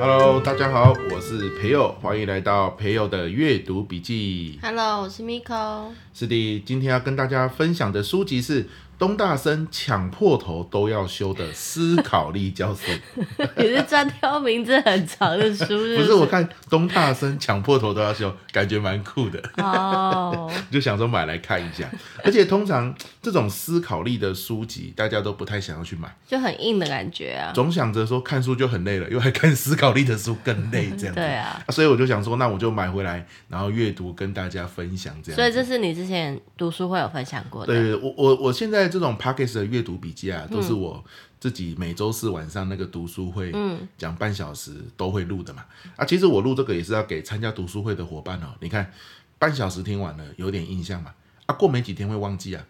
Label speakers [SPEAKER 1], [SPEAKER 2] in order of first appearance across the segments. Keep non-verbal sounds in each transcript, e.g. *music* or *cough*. [SPEAKER 1] Hello，大家好，我是培友，欢迎来到培友的阅读笔记。
[SPEAKER 2] Hello，我是 Miko。 *laughs*
[SPEAKER 1] 是的，今天要跟大家分享的书籍是东大生抢破头都要修的《思考力教室》。
[SPEAKER 2] 你 *laughs* 是专挑名字很长的书是
[SPEAKER 1] 不是，我看东大生抢破头都要修，感觉蛮酷的， *laughs*
[SPEAKER 2] 哦，
[SPEAKER 1] 就想说买来看一下。而且通常这种思考力的书籍，大家都不太想要去买，
[SPEAKER 2] 就很硬的感觉啊。
[SPEAKER 1] 总想着说看书就很累了，又还看思考力的书更累，这样子。
[SPEAKER 2] *laughs* 对啊，
[SPEAKER 1] 所以我就想说，那我就买回来，然后阅读跟大家分享这样子。
[SPEAKER 2] 所以这是你之前读书会有分享过的。
[SPEAKER 1] 对我我我现在这种 p a c k a g e 的阅读笔记啊，都是我自己每周四晚上那个读书会讲半小时都会录的嘛。啊，其实我录这个也是要给参加读书会的伙伴哦。你看，半小时听完了有点印象嘛，啊，过没几天会忘记啊，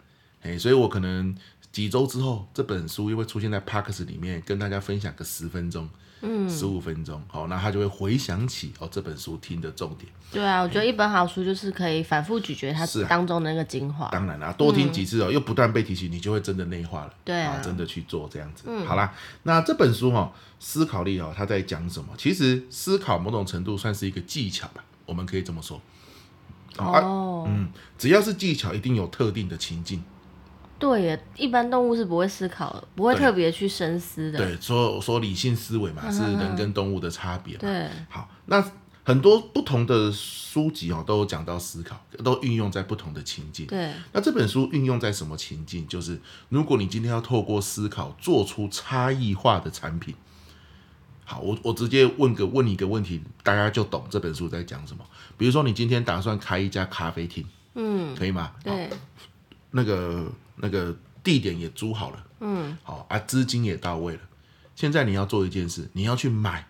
[SPEAKER 1] 哎，所以我可能几周之后这本书又会出现在 p a c k a g e 里面跟大家分享个十分钟。嗯，十五分钟，好、那他就会回想起哦这本书听的重点。
[SPEAKER 2] 对啊，我觉得一本好书就是可以反复咀嚼它
[SPEAKER 1] 是啊啊
[SPEAKER 2] 当中的那个精华。
[SPEAKER 1] 当然啦、多听几次哦，又不断被提醒，你就会真的内化了。
[SPEAKER 2] 嗯对啊嗯
[SPEAKER 1] 真的去做这样子。好啦，那这本书哦，思考力哦，它在讲什么？其实思考某种程度算是一个技巧吧，我们可以这么说。哦啊，
[SPEAKER 2] 哦，
[SPEAKER 1] 嗯，只要是技巧，一定有特定的情境。
[SPEAKER 2] 对耶，一般动物是不会思考的，不会
[SPEAKER 1] 对
[SPEAKER 2] 特别去深思的。
[SPEAKER 1] 对，说说理性思维嘛，是人跟动物的差别嘛。
[SPEAKER 2] 嗯对
[SPEAKER 1] 好，那很多不同的书籍哦，都有讲到思考，都运用在不同的情境。
[SPEAKER 2] 对
[SPEAKER 1] 那这本书运用在什么情境？就是如果你今天要透过思考做出差异化的产品，好，我我直接问个问你一个问题，大家就懂这本书在讲什么。比如说，你今天打算开一家咖啡厅，嗯，可以吗？好，
[SPEAKER 2] 对
[SPEAKER 1] 那个那个地点也租好了，嗯，好啊，资金也到位了。现在你要做一件事，你要去买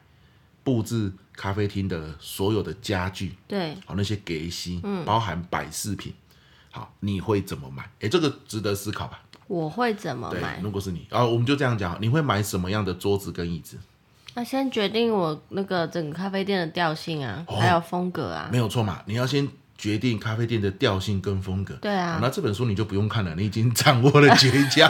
[SPEAKER 1] 布置咖啡厅的所有的家具，
[SPEAKER 2] 对，
[SPEAKER 1] 好，那些给息，
[SPEAKER 2] 嗯
[SPEAKER 1] 包含摆饰品，好，你会怎么买？诶，这个值得思考吧？
[SPEAKER 2] 我会怎么
[SPEAKER 1] 对
[SPEAKER 2] 买，？
[SPEAKER 1] 如果是你啊，我们就这样讲，你会买什么样的桌子跟椅子？
[SPEAKER 2] 那先决定我那个整个咖啡店的调性啊，
[SPEAKER 1] 哦
[SPEAKER 2] 还有风格啊。
[SPEAKER 1] 没有错嘛，你要先决定咖啡店的调性跟风格。
[SPEAKER 2] 对啊
[SPEAKER 1] 好那这本书你就不用看了，你已经掌握了诀
[SPEAKER 2] *laughs*
[SPEAKER 1] 窍。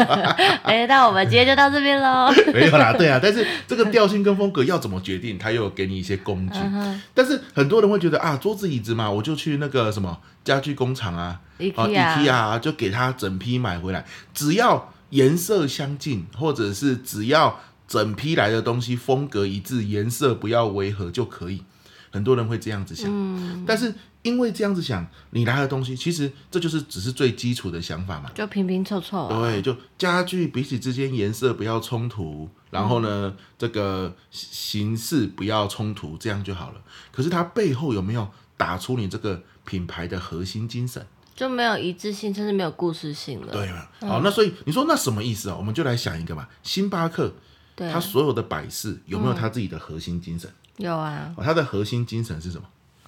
[SPEAKER 2] 哎，那我们今天就到这
[SPEAKER 1] *laughs*
[SPEAKER 2] 边喽。
[SPEAKER 1] 没有啦，对啊，但是这个调性跟风格要怎么决定，它又有给你一些工具。
[SPEAKER 2] 嗯
[SPEAKER 1] 但是很多人会觉得啊，桌子椅子嘛，我就去那个什么家具工厂啊，啊
[SPEAKER 2] IKEA
[SPEAKER 1] ，IKEA 啊，就给他整批买回来，只要颜色相近，或者是只要整批来的东西风格一致，颜色不要违和就可以。很多人会这样子想，但是因为这样子想，你拿的东西其实这就是只是最基础的想法嘛。
[SPEAKER 2] 就平平凑凑啊。
[SPEAKER 1] 对，就家具彼此之间颜色不要冲突，然后呢，这个形式不要冲突，这样就好了。可是它背后有没有打出你这个品牌的核心精神？
[SPEAKER 2] 就没有一致性，甚至没有故事性了。
[SPEAKER 1] 对嘛？好，那所以你说那什么意思啊？我们就来想一个嘛，星巴克
[SPEAKER 2] 对
[SPEAKER 1] 它所有的摆饰有
[SPEAKER 2] 嗯
[SPEAKER 1] 没有它自己的核心精神？
[SPEAKER 2] 有啊，
[SPEAKER 1] 哦它的核心精神是什么？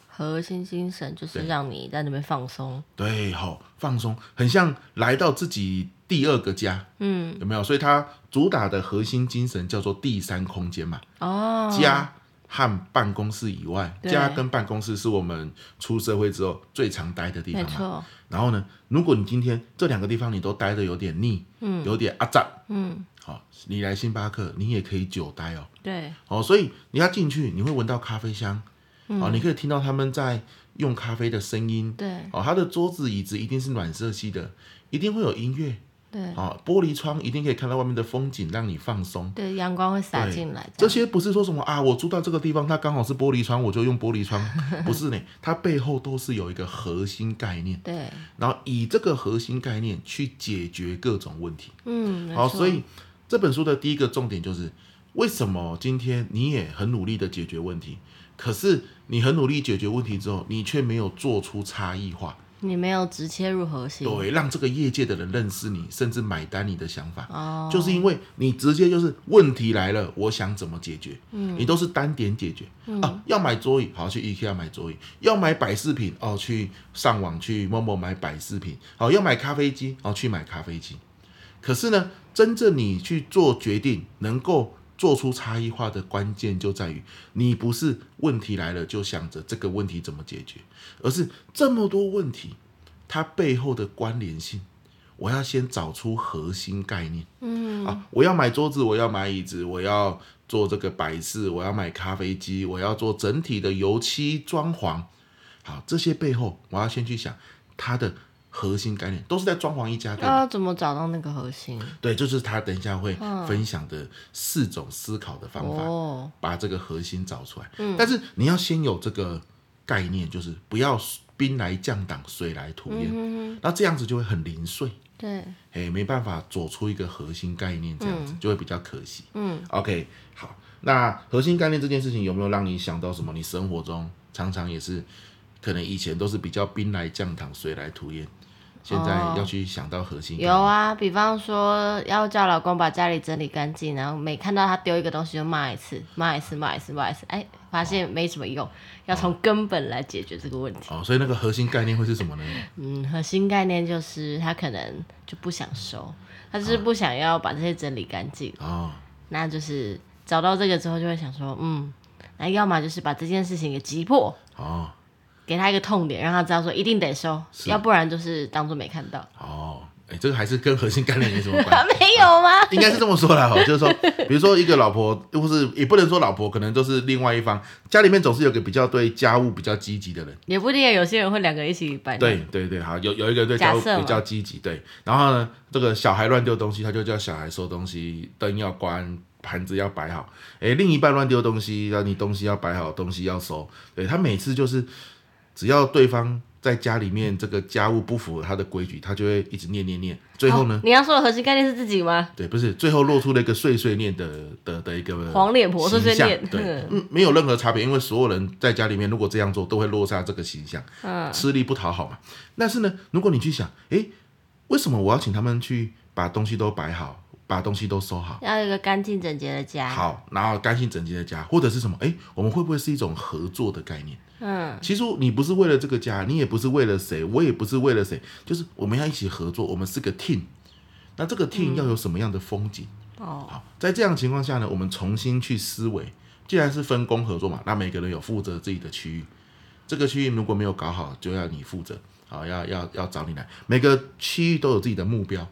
[SPEAKER 2] 核心精神就是
[SPEAKER 1] 对
[SPEAKER 2] 让你在那边放松。
[SPEAKER 1] 对，好、放松，很像来到自己第二个家，
[SPEAKER 2] 嗯，
[SPEAKER 1] 有没有？所以它主打的核心精神叫做第三空间嘛，
[SPEAKER 2] 哦，
[SPEAKER 1] 家和办公室以外，
[SPEAKER 2] 对
[SPEAKER 1] 家跟办公室是我们出社会之后最常待的地
[SPEAKER 2] 没
[SPEAKER 1] 方嘛。
[SPEAKER 2] 错，
[SPEAKER 1] 然后呢，如果你今天这两个地方你都待的有点腻，嗯，有点阿杂，
[SPEAKER 2] 嗯，
[SPEAKER 1] 好、你来星巴克，你也可以久待哦。
[SPEAKER 2] 对，
[SPEAKER 1] 哦，所以你要进去，你会闻到咖啡香，哦，你可以听到他们在用咖啡的声音，
[SPEAKER 2] 对，
[SPEAKER 1] 哦，他的桌子椅子一定是暖色系的，一定会有音乐，
[SPEAKER 2] 对，
[SPEAKER 1] 哦，玻璃窗一定可以看到外面的风景，让你放松。
[SPEAKER 2] 对，阳光会洒
[SPEAKER 1] 对
[SPEAKER 2] 进来。
[SPEAKER 1] 这些不是说什么啊，我租到这个地方，它刚好是玻璃窗，我就用玻璃窗，不是呢，它背后都是有一个核心概念，
[SPEAKER 2] 这样对，
[SPEAKER 1] 然后以这个核心概念去解决各种问题。
[SPEAKER 2] 嗯，没
[SPEAKER 1] 好，
[SPEAKER 2] 错
[SPEAKER 1] 哦所以这本书的第一个重点就是，为什么今天你也很努力的解决问题，可是你很努力解决问题之后，你却没有做出差异化，
[SPEAKER 2] 你没有直切入核心。
[SPEAKER 1] 对，让这个业界的人认识你，甚至买单你的想法。
[SPEAKER 2] 哦，
[SPEAKER 1] 就是因为你直接就是问题来了，我想怎么解决，嗯，你都是单点解决、啊。要买桌椅，好去 IKEA 买桌椅；要买摆饰品，哦，去上网去某某买摆饰品；好、要买咖啡机，哦，去买咖啡机。可是呢，真正你去做决定，能够做出差异化的关键就在于，你不是问题来了就想着这个问题怎么解决，而是这么多问题，它背后的关联性，我要先找出核心概念。嗯啊，我要买桌子，我要买椅子，我要做这个摆饰，我要买咖啡机，我要做整体的油漆装潢。好，这些背后，我要先去想它的核心概念，都是在装潢一家店。
[SPEAKER 2] 那要怎么找到那个核心？
[SPEAKER 1] 对，就是他等一下会分享的四种思考的方法，
[SPEAKER 2] 哦，
[SPEAKER 1] 把这个核心找出来。但是你要先有这个概念，就是不要兵来将挡，水来土掩，那这样子就会很零碎。
[SPEAKER 2] 对，
[SPEAKER 1] 哎，没办法做出一个核心概念，这样子、就会比较可惜。嗯，OK，好，那核心概念这件事情有没有让你想到什么？你生活中常常也是，可能以前都是比较兵来将挡，水来土掩，现在
[SPEAKER 2] 哦
[SPEAKER 1] 要去想到核心概
[SPEAKER 2] 有
[SPEAKER 1] 念。
[SPEAKER 2] 啊，比方说要叫老公把家里整理干净，然后每看到他丢一个东西就骂一次，骂一次，骂一次，骂一次，哎，发现没什么用，要从根本来解决这个问题。
[SPEAKER 1] 哦，所以那个核心概念会是什么呢？
[SPEAKER 2] 嗯，核心概念就是他可能就不想收，他就是不想要把这些整理干净，
[SPEAKER 1] 哦，
[SPEAKER 2] 那就是找到这个之后就会想说，嗯，那要么就是把这件事情给击破，
[SPEAKER 1] 哦，
[SPEAKER 2] 给他一个痛点，让他知道说一定得收，要不然就是当做没看到，
[SPEAKER 1] 哦，哎，这个还是跟核心概念没什么关系。
[SPEAKER 2] *laughs* 没有吗？
[SPEAKER 1] 应该是这么说啦，哦，就是说，比如说一个老婆，或是也不能说老婆，可能就是另外一方，家里面总是有个比较对家务比较积极的人，
[SPEAKER 2] 也不一定，有些人会两个一起摆。
[SPEAKER 1] 对，对对，好，有有一个对
[SPEAKER 2] 假
[SPEAKER 1] 家务
[SPEAKER 2] 设
[SPEAKER 1] 比
[SPEAKER 2] 嘛
[SPEAKER 1] 较积极，对。然后呢，这个小孩乱丢东西，他就叫小孩收东西，灯要关，盘子要摆好。诶，另一半乱丢东西，让你东西要摆好，东西要收。对他每次就是，只要对方在家里面这个家务不符合他的规矩，他就会一直念念念。最后呢
[SPEAKER 2] 哦，你要说的核心概念是自己吗？
[SPEAKER 1] 对，不是最后落出了一个碎碎念的的的一个
[SPEAKER 2] 黄脸婆碎
[SPEAKER 1] 形
[SPEAKER 2] 碎
[SPEAKER 1] 象
[SPEAKER 2] 念
[SPEAKER 1] 对
[SPEAKER 2] 嗯，
[SPEAKER 1] 嗯，没有任何差别，因为所有人在家里面如果这样做，都会落下这个形象，
[SPEAKER 2] 嗯，
[SPEAKER 1] 吃力不讨好嘛。但是呢，如果你去想，诶，为什么我要请他们去把东西都摆好，把东西都收好？
[SPEAKER 2] 要有一个干净整洁的家。，
[SPEAKER 1] 好，然后干净整洁的家，或者是什么？诶，我们会不会是一种合作的概念？
[SPEAKER 2] 嗯，
[SPEAKER 1] 其实你不是为了这个家，你也不是为了谁，我也不是为了谁，就是我们要一起合作，我们是个 team。那这个
[SPEAKER 2] 嗯
[SPEAKER 1] team 要有什么样的风景？
[SPEAKER 2] 哦，
[SPEAKER 1] 好，在这样的情况下呢，我们重新去思维，既然是分工合作嘛，那每个人有负责自己的区域，这个区域如果没有搞好，就要你负责，好，要要要找你来，每个区域都有自己的目标，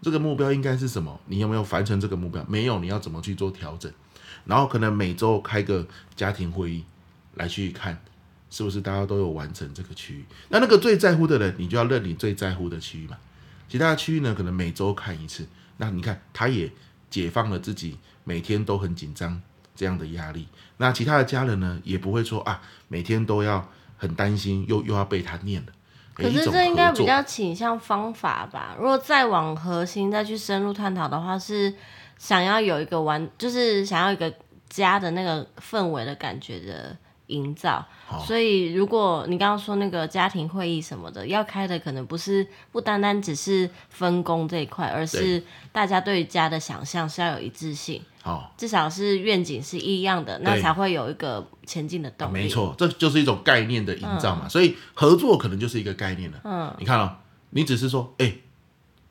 [SPEAKER 1] 这个目标应该是什么？你有没有完成这个目标？没有，你要怎么去做调整？然后可能每周开个家庭会议来去看。是不是大家都有完成这个区域？那那个最在乎的人，你就要认你最在乎的区域嘛。其他的区域呢，可能每周看一次。那你看，他也解放了自己每天都很紧张这样的压力。那其他的家人呢，也不会说啊，每天都要很担心，又又要被他念了。诶
[SPEAKER 2] 可
[SPEAKER 1] 一
[SPEAKER 2] 是
[SPEAKER 1] 种
[SPEAKER 2] 这应该
[SPEAKER 1] 合作
[SPEAKER 2] 比较倾向方法吧？如果再往核心再去深入探讨的话，是想要有一个完，就是想要一个家的那个氛围的感觉的营造。所以，如果你刚刚说那个家庭会议什么的，要开的可能不是不单单只是分工这一块，而是大家对于家的想象是要有一致性。
[SPEAKER 1] 好、
[SPEAKER 2] 至少是愿景是一样的，那
[SPEAKER 1] 对
[SPEAKER 2] 才会有一个前进的动力。
[SPEAKER 1] 啊没，错，这就是一种概念的营造嘛。所以合作可能就是一个概念了。嗯，你看哦，你只是说，哎、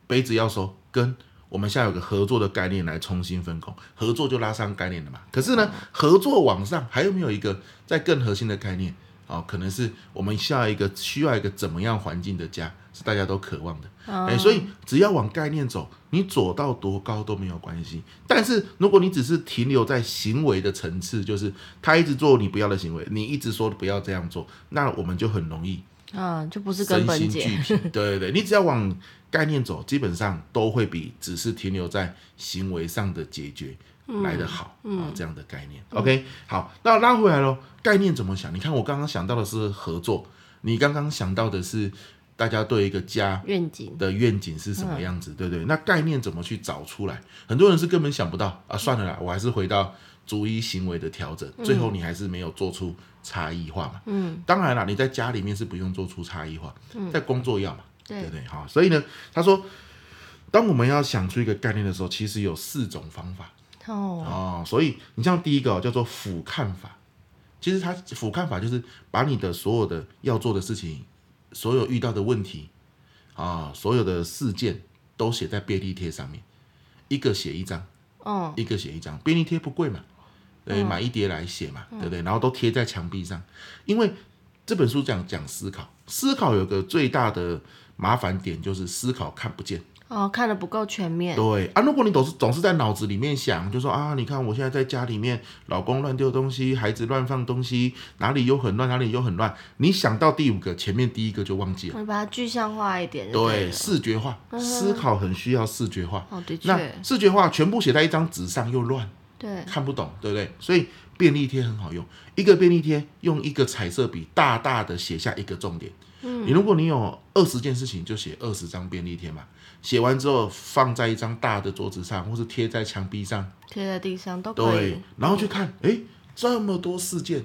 [SPEAKER 1] 杯子要收，跟我们现在有个合作的概念来重新分工，合作就拉上概念了嘛。可是呢，合作往上还有没有一个在更核心的概念？哦，可能是我们下一个需要一个怎么样环境的家，是大家都渴望的。哎、所以只要往概念走，你走到多高都没有关系。但是如果你只是停留在行为的层次，就是他一直做你不要的行为，你一直说不要这样做，那我们就很容易
[SPEAKER 2] 嗯，就不是根
[SPEAKER 1] 身
[SPEAKER 2] 本
[SPEAKER 1] 心
[SPEAKER 2] 解
[SPEAKER 1] 俱。疲。对对对，你只要往概念走，基本上都会比只是停留在行为上的解决来得好。嗯，这样的概念。OK，好，那拉回来咯，概念怎么想？你看我刚刚想到的是合作，你刚刚想到的是大家对一个家
[SPEAKER 2] 愿景，
[SPEAKER 1] 的愿景是什么样子，对不对？那概念怎么去找出来？很多人是根本想不到啊！算了啦，我还是回到逐一行为的调整，最后你还是没有做出差异化嘛。嗯，当然啦，你在家里面是不用做出差异化，在工作要嘛，对
[SPEAKER 2] 对
[SPEAKER 1] 不，对？好，所以呢，他说，当我们要想出一个概念的时候，其实有四种方法
[SPEAKER 2] 哦，
[SPEAKER 1] 哦。所以你像第一个、哦、叫做俯瞰法，其实它俯瞰法就是把你的所有的要做的事情，所有遇到的问题啊，所有的事件都写在便利贴上面，一个写一张，
[SPEAKER 2] 嗯，
[SPEAKER 1] 一个写一张，便利贴不贵嘛，对，买一叠来写嘛，对不对？然后都贴在墙壁上，因为这本书讲讲思考，思考有个最大的麻烦点就是思考看不见。
[SPEAKER 2] 哦，看的不够全面，
[SPEAKER 1] 对啊，如果你总是总是在脑子里面想，就说啊，你看我现在在家里面，老公乱丢东西，孩子乱放东西，哪里又很乱，哪里又很乱，你想到第五个，前面第一个就忘记了。
[SPEAKER 2] 你把它具象化一点就
[SPEAKER 1] 对，
[SPEAKER 2] 了
[SPEAKER 1] 视觉化，思考很需要视觉化。
[SPEAKER 2] 哦，的
[SPEAKER 1] 那
[SPEAKER 2] 确，
[SPEAKER 1] 视觉化全部写在一张纸上又乱，
[SPEAKER 2] 对，
[SPEAKER 1] 看不懂，对不对？所以便利贴很好用，一个便利贴用一个彩色笔大大的写下一个重点。嗯，你如果你有二十件事情，就写二十张便利贴嘛。写完之后放在一张大的桌子上，或是贴在墙壁上，
[SPEAKER 2] 贴在地上都可
[SPEAKER 1] 对
[SPEAKER 2] 以，，
[SPEAKER 1] 然后去看，诶，这么多事件，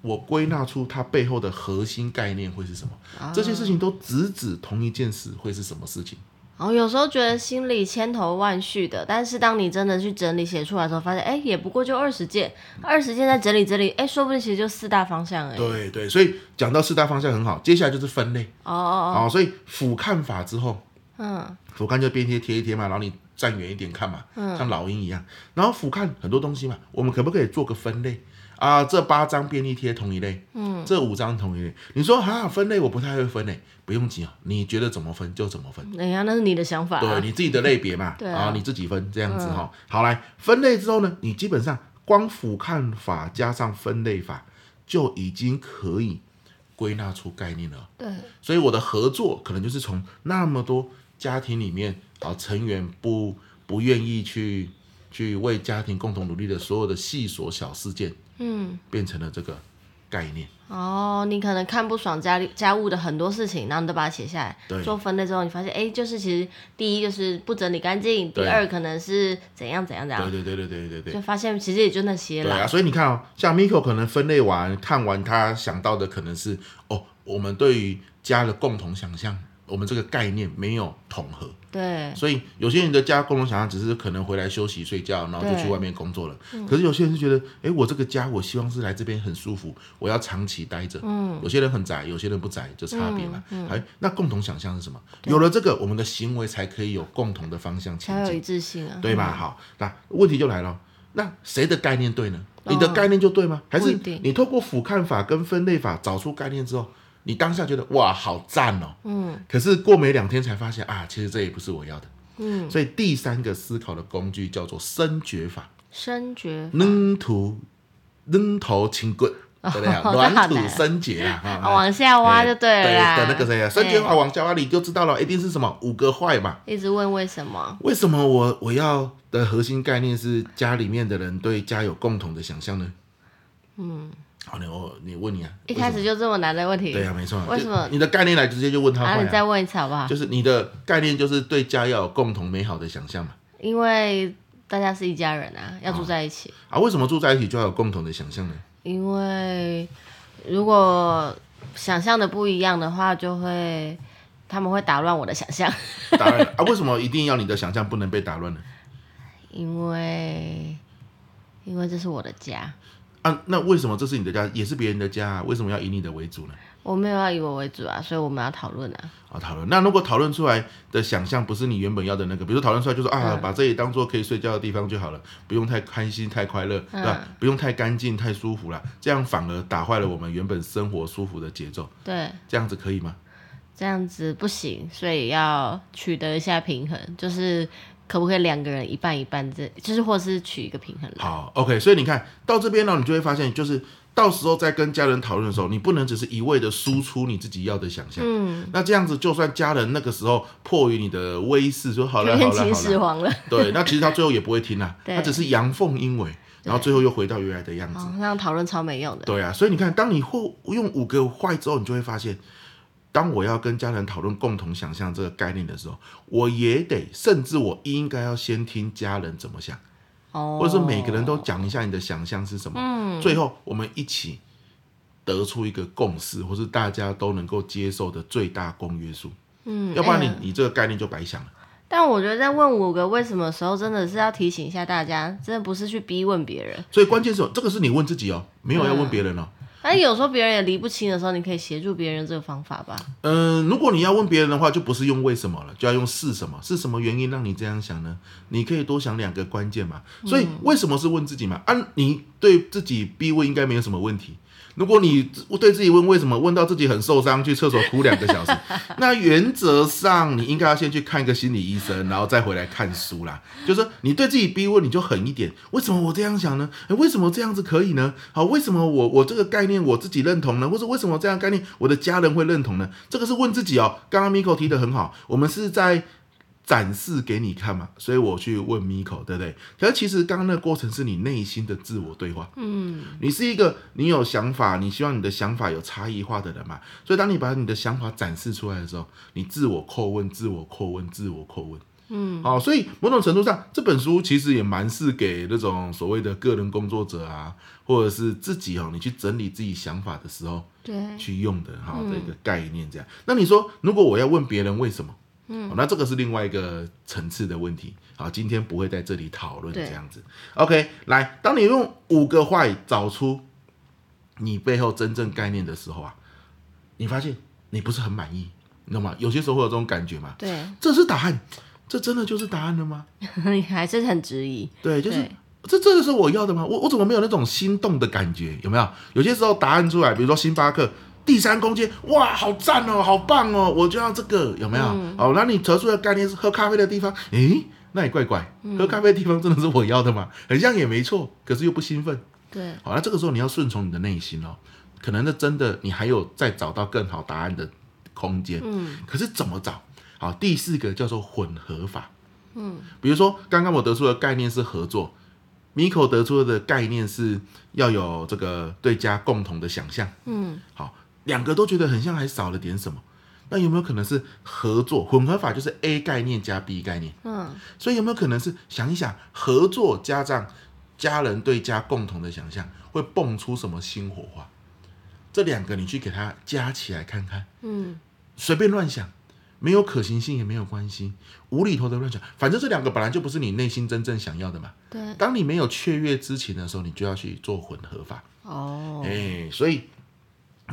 [SPEAKER 1] 我归纳出它背后的核心概念会是什么？这些事情都直指同一件事，会是什么事情？
[SPEAKER 2] 然哦后有时候觉得心里千头万绪的，但是当你真的去整理写出来的时候，发现哎，也不过就二十件，二十件再整理整理，哎，说不定其实就四大方向而已。
[SPEAKER 1] 对对，所以讲到四大方向很好，接下来就是分类
[SPEAKER 2] 哦哦
[SPEAKER 1] 哦所以俯瞰法之后，
[SPEAKER 2] 哦，嗯，
[SPEAKER 1] 俯瞰就边贴贴一贴嘛，然后你站远一点看嘛，像老鹰一样。然后俯瞰很多东西嘛，我们可不可以做个分类啊？这八张便利贴同一类，嗯，这五张同一类。你说哈、分类我不太会分类，不用急哦，你觉得怎么分就怎么分。
[SPEAKER 2] 哎呀，那是你的想法、
[SPEAKER 1] 对
[SPEAKER 2] 啊。
[SPEAKER 1] 你自己的类别嘛，
[SPEAKER 2] *laughs* 对啊嗯
[SPEAKER 1] 然后你自己分这样子哈、好来分类之后呢，你基本上光俯瞰法加上分类法就已经可以归纳出概念了。哦
[SPEAKER 2] 对，
[SPEAKER 1] 所以我的合作可能就是从那么多家庭里面啊成员不不愿意去去为家庭共同努力的所有的细琐小事件，
[SPEAKER 2] 嗯，
[SPEAKER 1] 变成了这个概念。
[SPEAKER 2] 哦，你可能看不爽家里家务的很多事情，然后你都把它写下
[SPEAKER 1] 对
[SPEAKER 2] 来，做分类之后，你发现哎，就是其实第一就是不整理干净，第
[SPEAKER 1] 对
[SPEAKER 2] 二可能是怎样怎样怎
[SPEAKER 1] 对
[SPEAKER 2] 样，
[SPEAKER 1] 对对对对对对。
[SPEAKER 2] 就发现其实也就那些
[SPEAKER 1] 对
[SPEAKER 2] 啊啦。
[SPEAKER 1] 啊，所以你看哦，像 Miko 可能分类完看完，他想到的可能是哦，我们对于家的共同想象，我们这个概念没有统合，
[SPEAKER 2] 对，
[SPEAKER 1] 所以有些人的家共同想象只是可能回来休息睡觉，然后就
[SPEAKER 2] 对
[SPEAKER 1] 去外面工作了。可是有些人是觉得，哎，我这个家我希望是来这边很舒服，我要长期待着。嗯，有些人很宅，有些人不宅，就差别嘛。
[SPEAKER 2] 嗯
[SPEAKER 1] 哎、那共同想象是什么？有了这个，我们的行为才可以有共同的方向前
[SPEAKER 2] 才有
[SPEAKER 1] 进
[SPEAKER 2] 一。致性啊。
[SPEAKER 1] 对吧？好，那问题就来了，那谁的概念对呢？
[SPEAKER 2] 哦
[SPEAKER 1] 你的概念就对吗？还
[SPEAKER 2] 不一
[SPEAKER 1] 是
[SPEAKER 2] 定
[SPEAKER 1] 你透过俯瞰法跟分类法找出概念之后，你当下觉得哇好赞哦，嗯，可是过没两天才发现啊，其实这也不是我要的，嗯，所以第三个思考的工具叫做深觉法，
[SPEAKER 2] 深觉
[SPEAKER 1] 扔土扔头轻棍，对不对啊？
[SPEAKER 2] 哦这 *laughs* 好
[SPEAKER 1] 软
[SPEAKER 2] 难
[SPEAKER 1] 土生结啊，啊
[SPEAKER 2] 啊，往下挖就对了啦。
[SPEAKER 1] 对的那个谁啊，深觉法
[SPEAKER 2] 哎
[SPEAKER 1] 往下挖，你就知道了，一定是什么五个坏嘛，
[SPEAKER 2] 一直问为什么？
[SPEAKER 1] 为什么我我要的核心概念是家里面的人对家有共同的想象呢？嗯，好，你我你问你啊，
[SPEAKER 2] 一开始就这么难的问题，
[SPEAKER 1] 为什么对啊，没错啊，
[SPEAKER 2] 为什么
[SPEAKER 1] 就你的概念来直接就问他
[SPEAKER 2] 然后
[SPEAKER 1] 坏
[SPEAKER 2] 你再
[SPEAKER 1] 啊？
[SPEAKER 2] 问一次好不好？
[SPEAKER 1] 就是你的概念就是对家要有共同美好的想象嘛？
[SPEAKER 2] 因为大家是一家人啊，要住在一起。
[SPEAKER 1] 啊，为什么住在一起就要有共同的想象
[SPEAKER 2] *laughs*
[SPEAKER 1] 呢？
[SPEAKER 2] 因为如果想象的不一样的话，就会他们会打乱我的想象。 *laughs*
[SPEAKER 1] 当然了啊，为什么一定要你的想象不能被打乱呢？
[SPEAKER 2] 因为因为这是我的家，
[SPEAKER 1] 啊，那为什么这是你的家，也是别人的家、啊？为什么要以你的为主呢？
[SPEAKER 2] 我没有要以我为主啊，所以我们要讨论啊。
[SPEAKER 1] 啊，讨论。那如果讨论出来的想象不是你原本要的那个，比如说讨论出来就说啊，把这里当做可以睡觉的地方就好了，不用太开心、太快乐，对吧？不用太干净、太舒服啦，这样反而打坏了我们原本生活舒服的节奏。
[SPEAKER 2] 对，
[SPEAKER 1] 这样子可以吗？
[SPEAKER 2] 这样子不行，所以要取得一下平衡，就是可不可以两个人一半一半这，就是或是取一个平衡啦。
[SPEAKER 1] 好，OK。所以你看到这边呢，你就会发现，就是到时候在跟家人讨论的时候，你不能只是一味的输出你自己要的想象。嗯，那这样子，就算家人那个时候迫于你的威势说好了，
[SPEAKER 2] 就
[SPEAKER 1] 好
[SPEAKER 2] *laughs* 变
[SPEAKER 1] 了，
[SPEAKER 2] 秦
[SPEAKER 1] 好了
[SPEAKER 2] 始。皇了，
[SPEAKER 1] 对，那其实他最后也不会听啦、啊
[SPEAKER 2] *laughs* 对
[SPEAKER 1] 他只是阳奉阴违，然后最后又回到原来的样子。
[SPEAKER 2] 哦，那样讨论超没用的。
[SPEAKER 1] 对啊，所以你看，当你或用五个坏之后，你就会发现，当我要跟家人讨论共同想象这个概念的时候，我也得，甚至我应该要先听家人怎么想，
[SPEAKER 2] 哦，嗯
[SPEAKER 1] 或者是每个人都讲一下你的想象是什么，最后我们一起得出一个共识，或是大家都能够接受的最大公约数。
[SPEAKER 2] 嗯，
[SPEAKER 1] 要不然
[SPEAKER 2] 哎
[SPEAKER 1] 你、
[SPEAKER 2] 呀
[SPEAKER 1] 你这个概念就白想了。
[SPEAKER 2] 但我觉得在问五个为什么的时候，真的是要提醒一下大家，真的不是去逼问别人。
[SPEAKER 1] 所以关键是，这个是你问自己哦，没有要问别人哦。
[SPEAKER 2] 但是有时候别人也理不清的时候，你可以协助别人这个方法吧。
[SPEAKER 1] 嗯，如果你要问别人的话，就不是用为什么了，就要用是什么，是什么原因让你这样想呢？你可以多想两个关键嘛。所以为什么是问自己嘛？啊，你对自己逼问应该没有什么问题。如果你对自己问为什么，问到自己很受伤，去厕所哭两个小时， *laughs* 那原则上你应该要先去看一个心理医生，然后再回来看书啦。就是说你对自己逼问，你就狠一点。为什么我这样想呢？诶为什么这样子可以呢？好，为什么我我这个概念我自己认同呢？或者为什么这样的概念我的家人会认同呢？这个是问自己哦。刚刚 Miko 提的很好，我们是在展示给你看嘛，所以我去问 Miko，对不对？可是其实刚刚那个过程是你内心的自我对话。嗯，你是一个你有想法，你希望你的想法有差异化的人嘛，所以当你把你的想法展示出来的时候，你自我叩问、自我叩问、自我叩问。嗯，好、所以某种程度上，这本书其实也蛮是给那种所谓的个人工作者啊，或者是自己哦，你去整理自己想法的时候，
[SPEAKER 2] 对，
[SPEAKER 1] 去用的哈的一个概念这样。那你说，如果我要问别人为什么，嗯、那这个是另外一个层次的问题。好，今天不会在这里讨论
[SPEAKER 2] 对
[SPEAKER 1] 这样子。OK，来，当你用五个话语找出你背后真正概念的时候啊，你发现你不是很满意，你懂吗？有些时候会有这种感觉嘛。
[SPEAKER 2] 对，
[SPEAKER 1] 这是答案，这真的就是答案了吗？
[SPEAKER 2] 你还是很质疑。
[SPEAKER 1] 对，就是
[SPEAKER 2] 对
[SPEAKER 1] 这真的是我要的吗？我我怎么没有那种心动的感觉？有没有？有些时候答案出来，比如说星巴克第三空间，哇，好赞哦，好棒哦，我就要这个，有没有？哦，那你得出的概念是喝咖啡的地方，诶，那也怪怪，喝咖啡的地方真的是我要的吗？很像也没错，可是又不兴奋。
[SPEAKER 2] 对，
[SPEAKER 1] 好，那这个时候你要顺从你的内心哦，可能那真的你还有再找到更好答案的空间。嗯，可是怎么找？好，第四个叫做混合法。嗯，比如说刚刚我得出的概念是合作，Miko 得出的概念是要有这个对家共同的想象。
[SPEAKER 2] 嗯，
[SPEAKER 1] 好，两个都觉得很像，还少了点什么。那有没有可能是合作混合法？就是 A 概念加 B 概念。
[SPEAKER 2] 嗯，
[SPEAKER 1] 所以有没有可能是想一想，合作加上家人对家共同的想象，会蹦出什么新火花？这两个你去给它加起来看看，
[SPEAKER 2] 嗯，
[SPEAKER 1] 随便乱想，没有可行性也没有关系，无厘头的乱想，反正这两个本来就不是你内心真正想要的嘛。
[SPEAKER 2] 对，
[SPEAKER 1] 当你没有雀跃之情的时候，你就要去做混合法。
[SPEAKER 2] 哦
[SPEAKER 1] 哎、，所以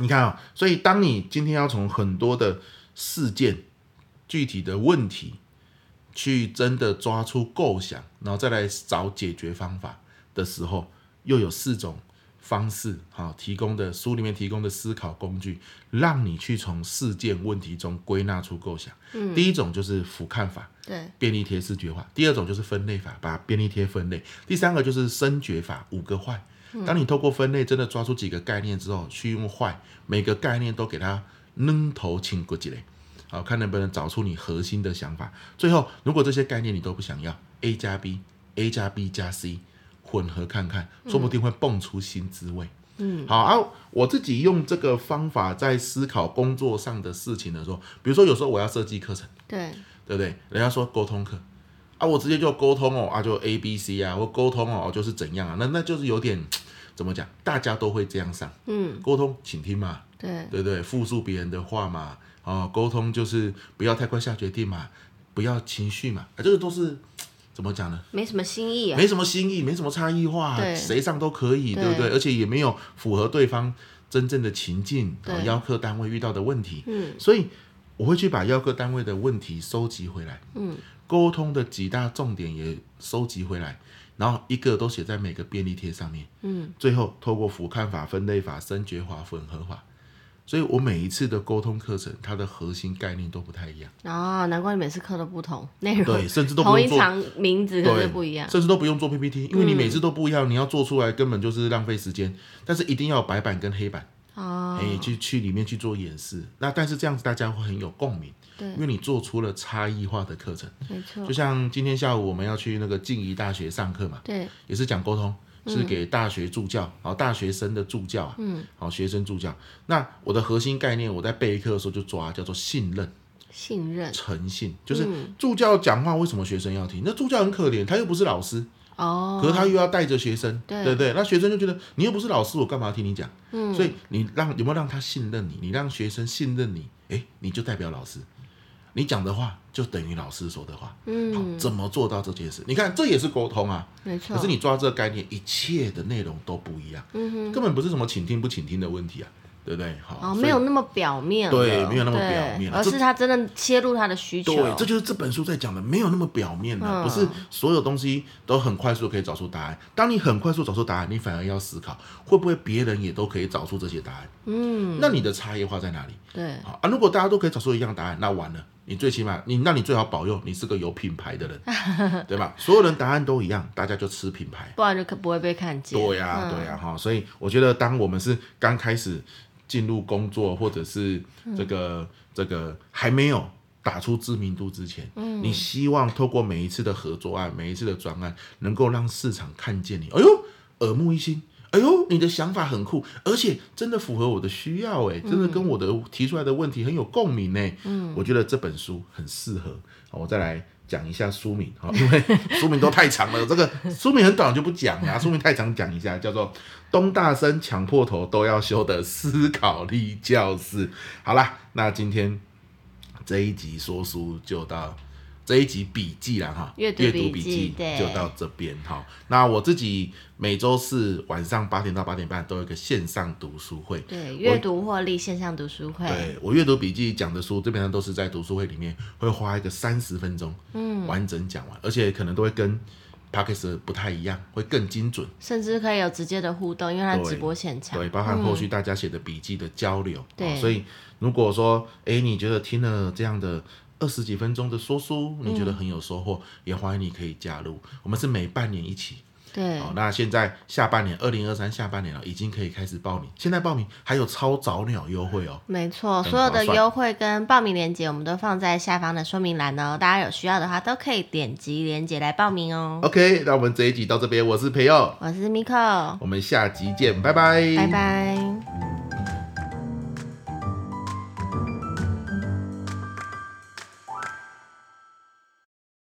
[SPEAKER 1] 你看啊、所以当你今天要从很多的事件、具体的问题，去真的抓出构想，然后再来找解决方法的时候，又有四种方式啊、提供的书里面提供的思考工具，让你去从事件问题中归纳出构想。嗯、第一种就是俯瞰法，
[SPEAKER 2] 对，
[SPEAKER 1] 便利贴视觉化，第二种就是分类法，把便利贴分类，第三个就是声觉法，五个坏。当你透过分类真的抓出几个概念之后，去用坏每个概念都给它扔头清过几类，好看能不能找出你核心的想法。最后，如果这些概念你都不想要，A 加 B，A 加 B 加 C 混合看看，说不定会蹦出新滋味。好啊，我自己用这个方法在思考工作上的事情的时候，比如说有时候我要设计课程。
[SPEAKER 2] 对，
[SPEAKER 1] 对不对？人家说沟通课啊，我直接就沟通哦啊，就 A B C 啊，或沟通哦就是怎样啊，那那就是有点怎么讲，大家都会这样上
[SPEAKER 2] 嗯，
[SPEAKER 1] 沟通，请听嘛，
[SPEAKER 2] 对，
[SPEAKER 1] 对不对？复述别人的话嘛，哦，沟通就是不要太快下决定嘛，不要情绪嘛，啊，这个都是怎么讲呢？
[SPEAKER 2] 没什么新意啊。
[SPEAKER 1] 没什么新意，没什么差异化
[SPEAKER 2] 对，
[SPEAKER 1] 谁上都可以，
[SPEAKER 2] 对
[SPEAKER 1] 对不对？而且也没有符合对方真正的情境，
[SPEAKER 2] 对
[SPEAKER 1] 啊，邀客单位遇到的问题，
[SPEAKER 2] 嗯，
[SPEAKER 1] 所以我会去把邀客单位的问题收集回来，
[SPEAKER 2] 嗯，
[SPEAKER 1] 沟通的几大重点也收集回来，然后一个都写在每个便利贴上面，
[SPEAKER 2] 嗯，
[SPEAKER 1] 最后透过俯瞰法、分类法、深觉法、混合法。所以我每一次的沟通课程，它的核心概念都不太一
[SPEAKER 2] *laughs*
[SPEAKER 1] 样，
[SPEAKER 2] 哦，难怪你每次课都不同，内容
[SPEAKER 1] 对，甚至都不
[SPEAKER 2] 同一
[SPEAKER 1] 用做
[SPEAKER 2] 场名字可
[SPEAKER 1] 对，
[SPEAKER 2] 是不一样。嗯
[SPEAKER 1] 甚至都不用做 PPT，因为你每次都不一样，你要做出来根本就是浪费时间。但是一定要有白板跟黑板，
[SPEAKER 2] 哦
[SPEAKER 1] 哎、，去去里面去做演示。那但是这样子大家会很有共鸣，
[SPEAKER 2] 对
[SPEAKER 1] 因为你做出了差异化的课程。
[SPEAKER 2] 没错
[SPEAKER 1] 就，像今天下午我们要去那个静宜大学上课嘛，
[SPEAKER 2] 对，
[SPEAKER 1] 也是讲沟通，是
[SPEAKER 2] 嗯
[SPEAKER 1] 给大学助教，然后大学生的助教啊，嗯，好学生助教。那我的核心概念，我在备课的时候就抓，叫做信任。
[SPEAKER 2] 信任
[SPEAKER 1] 诚信就是
[SPEAKER 2] 嗯
[SPEAKER 1] 助教讲话，为什么学生要听？那助教很可怜，他又不是老师，
[SPEAKER 2] 哦，
[SPEAKER 1] 可是他又要带着学生，
[SPEAKER 2] 对
[SPEAKER 1] 不对？那学生就觉得你又不是老师，我干嘛听你讲？嗯，所以你让有没有让他信任你？你让学生信任你，诶，你就代表老师。你讲的话就等于老师说的话。
[SPEAKER 2] 嗯
[SPEAKER 1] 好，怎么做到这件事？你看，这也是沟通啊。
[SPEAKER 2] 没错。
[SPEAKER 1] 可是你抓这个概念，一切的内容都不一样，
[SPEAKER 2] 嗯
[SPEAKER 1] 根本不是什么倾听不倾听的问题啊，对不对？好，
[SPEAKER 2] 哦，
[SPEAKER 1] 所以
[SPEAKER 2] 没有那么表面了，
[SPEAKER 1] 对没有那么表面
[SPEAKER 2] 对
[SPEAKER 1] 了
[SPEAKER 2] 而
[SPEAKER 1] 这
[SPEAKER 2] 是他真的切入他的需求，
[SPEAKER 1] 对，这就是这本书在讲的，没有那么表面的、
[SPEAKER 2] 嗯
[SPEAKER 1] 不是所有东西都很快速可以找出答案。当你很快速找出答案，你反而要思考，会不会别人也都可以找出这些答案？嗯，那你的差异化在哪里？
[SPEAKER 2] 对
[SPEAKER 1] 好啊，如果大家都可以找出一样答案，那完了，你最起码你那你最好保佑你是个有品牌的人，对吧？所有人答案都一样，大家就吃品牌。
[SPEAKER 2] 不然就可不会被看见。
[SPEAKER 1] 对呀、对呀、哈，所以我觉得，当我们是刚开始进入工作，或者是这个、这个还没有打出知名度之前，嗯，你希望透过每一次的合作案、每一次的专案，能够让市场看见你，哎呦，耳目一新。哎呦，你的想法很酷，而且真的符合我的需要，哎，真的跟我的提出来的问题很有共鸣呢。嗯，我觉得这本书很适合。好我再来讲一下书名，哈，因为 *laughs* 书名都太长了，这个书名很短我就不讲了、书名太长讲一下，叫做《东大生抢破头都要修的思考力教室》。好啦，那今天这一集说书就到。这一集笔记啦，哈，阅
[SPEAKER 2] 阅读
[SPEAKER 1] 读
[SPEAKER 2] 笔
[SPEAKER 1] 笔
[SPEAKER 2] 记
[SPEAKER 1] 记
[SPEAKER 2] 对
[SPEAKER 1] 就到这边哈。那我自己每周四晚上八点到八点半都有一个线上读书会，
[SPEAKER 2] 对，阅读获利线上读书会，
[SPEAKER 1] 对我阅读笔记讲的书，基本上都是在读书会里面会花一个三十分钟，嗯，完整讲完，而且可能都会跟 p a c k e s 不太一样，会更精准。
[SPEAKER 2] 甚至可以有直接的互动，因为它
[SPEAKER 1] 对
[SPEAKER 2] 直播现场。
[SPEAKER 1] 对，包含后续大家写的笔记的交流。
[SPEAKER 2] 对
[SPEAKER 1] 哦所以如果说，哎，你觉得听了这样的二十几分钟的说书，你觉得很有收获，也欢迎你可以加入。我们是每半年一起。
[SPEAKER 2] 对
[SPEAKER 1] 好、那现在下半年，二零二三下半年了，已经可以开始报名。现在报名还有超早鸟优惠哦。
[SPEAKER 2] 没错，
[SPEAKER 1] 很
[SPEAKER 2] 所有
[SPEAKER 1] 划
[SPEAKER 2] 的
[SPEAKER 1] 算
[SPEAKER 2] 优惠跟报名链接我们都放在下方的说明栏哦，大家有需要的话都可以点击链接来报名哦。
[SPEAKER 1] OK，那我们这一集到这边，我是培佑，
[SPEAKER 2] 我是 Miko，
[SPEAKER 1] 我们下集见，拜
[SPEAKER 2] 拜拜。